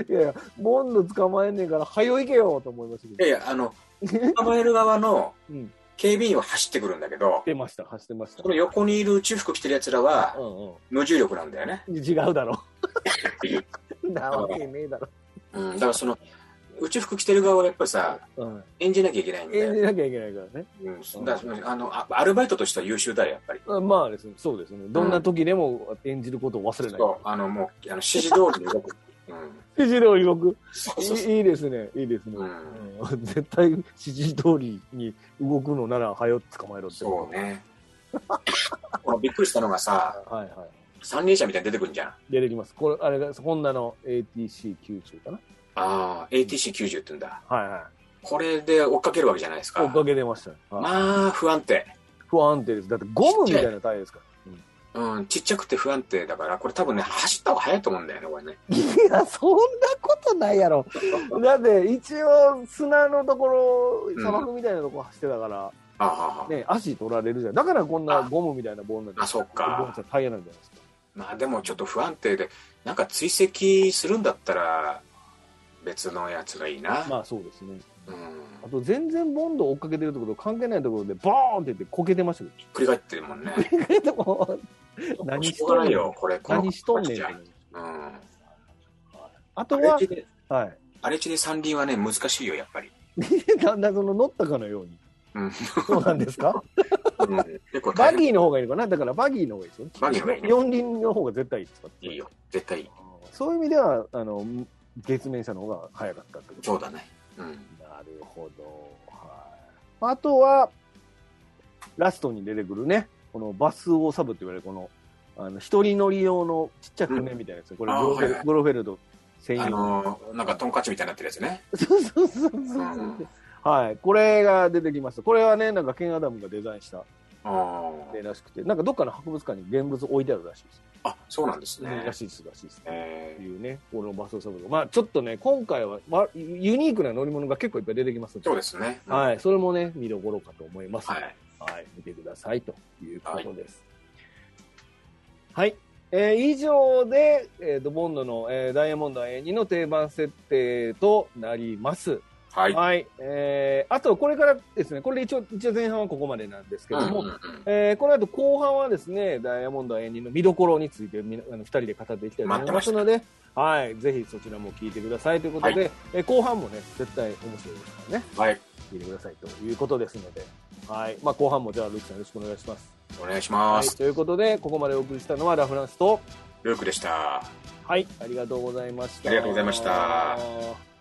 Speaker 1: やいや、ボンド捕まえんねんから、早いけよと思いましたけ
Speaker 2: い
Speaker 1: ど。
Speaker 2: やいや、あの、捕まえる側の
Speaker 1: うん
Speaker 2: 警備員は走ってくるんだけど、
Speaker 1: 出ました、走ってました。
Speaker 2: その横にいる宇宙服着てる奴らは
Speaker 1: う
Speaker 2: 無重力なんだよね。
Speaker 1: んうん。違うだ ろ。なわけねえだろ。
Speaker 2: うん、だからその、宇宙服着てる側はやっぱりさ、
Speaker 1: うん。
Speaker 2: 演じなきゃいけないんだ
Speaker 1: 演
Speaker 2: よ
Speaker 1: じ。なきゃいけないからね。
Speaker 2: うん、だからそのあのあアルバイトとしては優秀だよ、やっぱり。
Speaker 1: あまあですね、そうですね。どんな時でも演じることを忘れない。
Speaker 2: そう、あの、もう、あの指示通りに動く。うん。
Speaker 1: 指示通り動く。
Speaker 2: そうそうそう。
Speaker 1: いいいですね、いいですね。
Speaker 2: うん
Speaker 1: うん絶対指示通りに動くのなら、はよ捕まえろってこと。
Speaker 2: そうね。このびっくりしたのがさ、
Speaker 1: はいはい。
Speaker 2: 三輪車みたいに出てくるんじゃん。あ
Speaker 1: 出てきます。これ、あれが、ホンダの ATC90 かな。
Speaker 2: あ、ATC90 って言うんだ。
Speaker 1: はいはい。
Speaker 2: これで追っかけるわけじゃないですか。
Speaker 1: 追っかけ出ましたね。はい
Speaker 2: まあ、不安定。
Speaker 1: 不安定です。だってゴムみたいなタイヤですから。うん
Speaker 2: うん、ちっちゃくて不安定だから、これ多分ね、走った方が早いと思うんだよね、これね。
Speaker 1: いや、そんなことないや ろ。だって、一応、砂のところ、砂漠みたいなところ走ってたから、
Speaker 2: ああああ、
Speaker 1: ね、足取られるじゃん。だからこんなゴムみたいなボールなん
Speaker 2: あそっか
Speaker 1: ゴムじゃタイヤなんじゃないですか。
Speaker 2: まあでもちょっと不安定で、なんか追跡するんだったら、別のやつがいいな。
Speaker 1: まあそうですね。
Speaker 2: うん
Speaker 1: あ。と、全然ボンド追っかけてるところと関係ないところで、ボーンって言ってこけてましたけど。
Speaker 2: ひっくり返ってるもんね。
Speaker 1: で も何し
Speaker 2: しょ
Speaker 1: と
Speaker 2: うんが
Speaker 1: ね
Speaker 2: ない
Speaker 1: ん
Speaker 2: よ、これ。この
Speaker 1: 何しとんねんって
Speaker 2: うん。荒
Speaker 1: あとは
Speaker 2: れ、地で、
Speaker 1: はい。
Speaker 2: 荒れ地で三輪はね、難しいよ、やっぱり。
Speaker 1: なんだその乗ったかのように。
Speaker 2: うん
Speaker 1: そうなんですか
Speaker 2: うん、結
Speaker 1: バ
Speaker 2: 構大変
Speaker 1: ギーの方がいいのかなだからバギーの方がいいですよね。
Speaker 2: バギーの方がいいね
Speaker 1: 四輪の方が絶対いいですか
Speaker 2: いいよ、絶対いい。
Speaker 1: そういう意味では、あの、月面車の方が早かったってこと
Speaker 2: そうだね。うん。
Speaker 1: なるほど。はい。あとは、ラストに出てくるね、このバスをサブって言われる、この、あの、一人乗り用のちっちゃい船みたいなやつ。これ、
Speaker 2: あ
Speaker 1: グ
Speaker 2: ー
Speaker 1: ロフェ
Speaker 2: はいは
Speaker 1: ル
Speaker 2: い
Speaker 1: グロフェルド専
Speaker 2: あ
Speaker 1: 用。
Speaker 2: のーなんかトンカチみたいになってるやつね。
Speaker 1: そうそうそうそう
Speaker 2: う
Speaker 1: そ
Speaker 2: ん。
Speaker 1: う。はい。これが出てきました。これはね、なんかケン・アダムがデザインした
Speaker 2: あー
Speaker 1: 例らしくて、なんかどっかの博物館に現物置いてあるらしいです。
Speaker 2: あ、そうなんですね
Speaker 1: ら。しいです、らしいです。
Speaker 2: え
Speaker 1: って
Speaker 2: ー
Speaker 1: いうね、このバスをサブまあちょっとね、今回は、まあ、ユニークな乗り物が結構いっぱい出てきますので
Speaker 2: そうですね。うん
Speaker 1: はい、それもね、見どころかと思います。
Speaker 2: は
Speaker 1: はい、
Speaker 2: い。
Speaker 1: 見てくださいということです。はい。えー以上で、えードボンドの、えーダイヤモンド A2 の定番設定となります。
Speaker 2: はい。
Speaker 1: はい。えーあと、これからですね、これで一応、一応前半はここまでなんですけ
Speaker 2: うん
Speaker 1: ど
Speaker 2: うん
Speaker 1: も、
Speaker 2: うん
Speaker 1: えーこの後後半はですね、ダイヤモンド A2 の見どころについてみな、あの二人で語っていきたいと思いますので、はい、ぜひそちらも聞いてくださいということで、えー後半もね、絶対面白いですからね。
Speaker 2: はい。
Speaker 1: 聞いてくださいということですので、はいまあ、後半もじゃあ、ルークさんよろしくお願いします。
Speaker 2: お願いし
Speaker 1: は
Speaker 2: ま
Speaker 1: い、
Speaker 2: す。
Speaker 1: ということで、ここまでお送りしたのはラ・フランスと、
Speaker 2: ルークでした。
Speaker 1: はい、ありがとうございました。
Speaker 2: ありがとうございました。